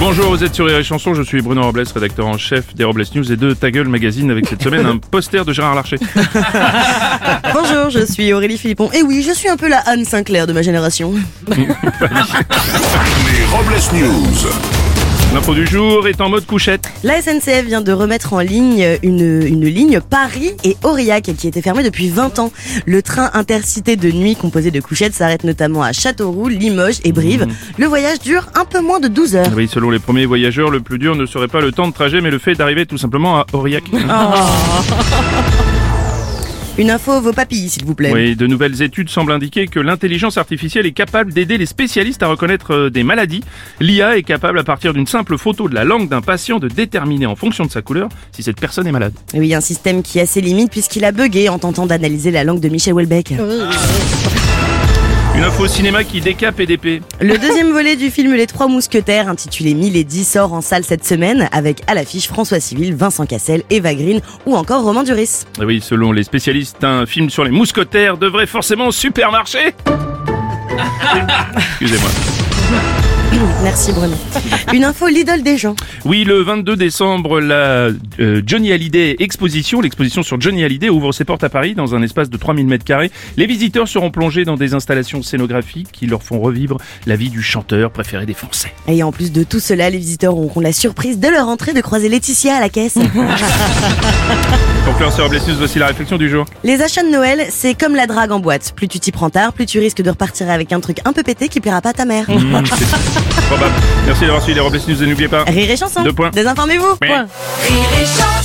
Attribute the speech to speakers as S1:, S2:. S1: Bonjour, vous êtes sur les Chansons, je suis Bruno Robles, rédacteur en chef des Robles News et de Ta Gueule Magazine avec cette semaine un poster de Gérard Larcher.
S2: Bonjour, je suis Aurélie Philippon. Et Eh oui, je suis un peu la Anne Sinclair de ma génération.
S3: Les Robles News.
S1: L'info du jour est en mode couchette.
S2: La SNCF vient de remettre en ligne une, une ligne Paris et Aurillac qui était fermée depuis 20 ans. Le train intercité de nuit composé de couchettes s'arrête notamment à Châteauroux, Limoges et Brive. Le voyage dure un peu moins de 12 heures.
S1: Oui, selon les premiers voyageurs, le plus dur ne serait pas le temps de trajet, mais le fait d'arriver tout simplement à Aurillac.
S2: Une info vos papilles, s'il vous plaît.
S1: Oui, de nouvelles études semblent indiquer que l'intelligence artificielle est capable d'aider les spécialistes à reconnaître euh, des maladies. L'IA est capable, à partir d'une simple photo de la langue d'un patient, de déterminer en fonction de sa couleur si cette personne est malade.
S2: Et Oui, un système qui a ses limites puisqu'il a bugué en tentant d'analyser la langue de Michel Houellebecq.
S1: Une info cinéma qui décape et d'épée.
S2: Le deuxième volet du film Les Trois Mousquetaires, intitulé Milady, sort en salle cette semaine avec à l'affiche François Civil, Vincent Cassel, Eva Green ou encore Romain Duris.
S1: Eh Oui, selon les spécialistes, un film sur les mousquetaires devrait forcément supermarcher. Excusez-moi.
S2: Merci Bruno. Une info, l'idole des gens.
S1: Oui, le 22 décembre, la euh, Johnny Hallyday exposition, l'exposition sur Johnny Hallyday ouvre ses portes à Paris dans un espace de 3000 mètres carrés. Les visiteurs seront plongés dans des installations scénographiques qui leur font revivre la vie du chanteur préféré des Français.
S2: Et en plus de tout cela, les visiteurs auront la surprise dès leur entrée de croiser Laetitia à la caisse.
S1: Mhm. Pour clore sur Robles News, voici la réflexion du jour.
S2: Les achats de Noël, c'est comme la drague en boîte. Plus tu t'y prends tard, plus tu risques de repartir avec un truc un peu pété qui plaira pas à ta mère.
S1: Mhm. Probable. Merci d'avoir suivi les Robles News et n'oubliez pas...
S2: Rire et chanson.
S1: Deux points.
S2: Désinformez-vous.
S1: Point.
S4: Rire et chanson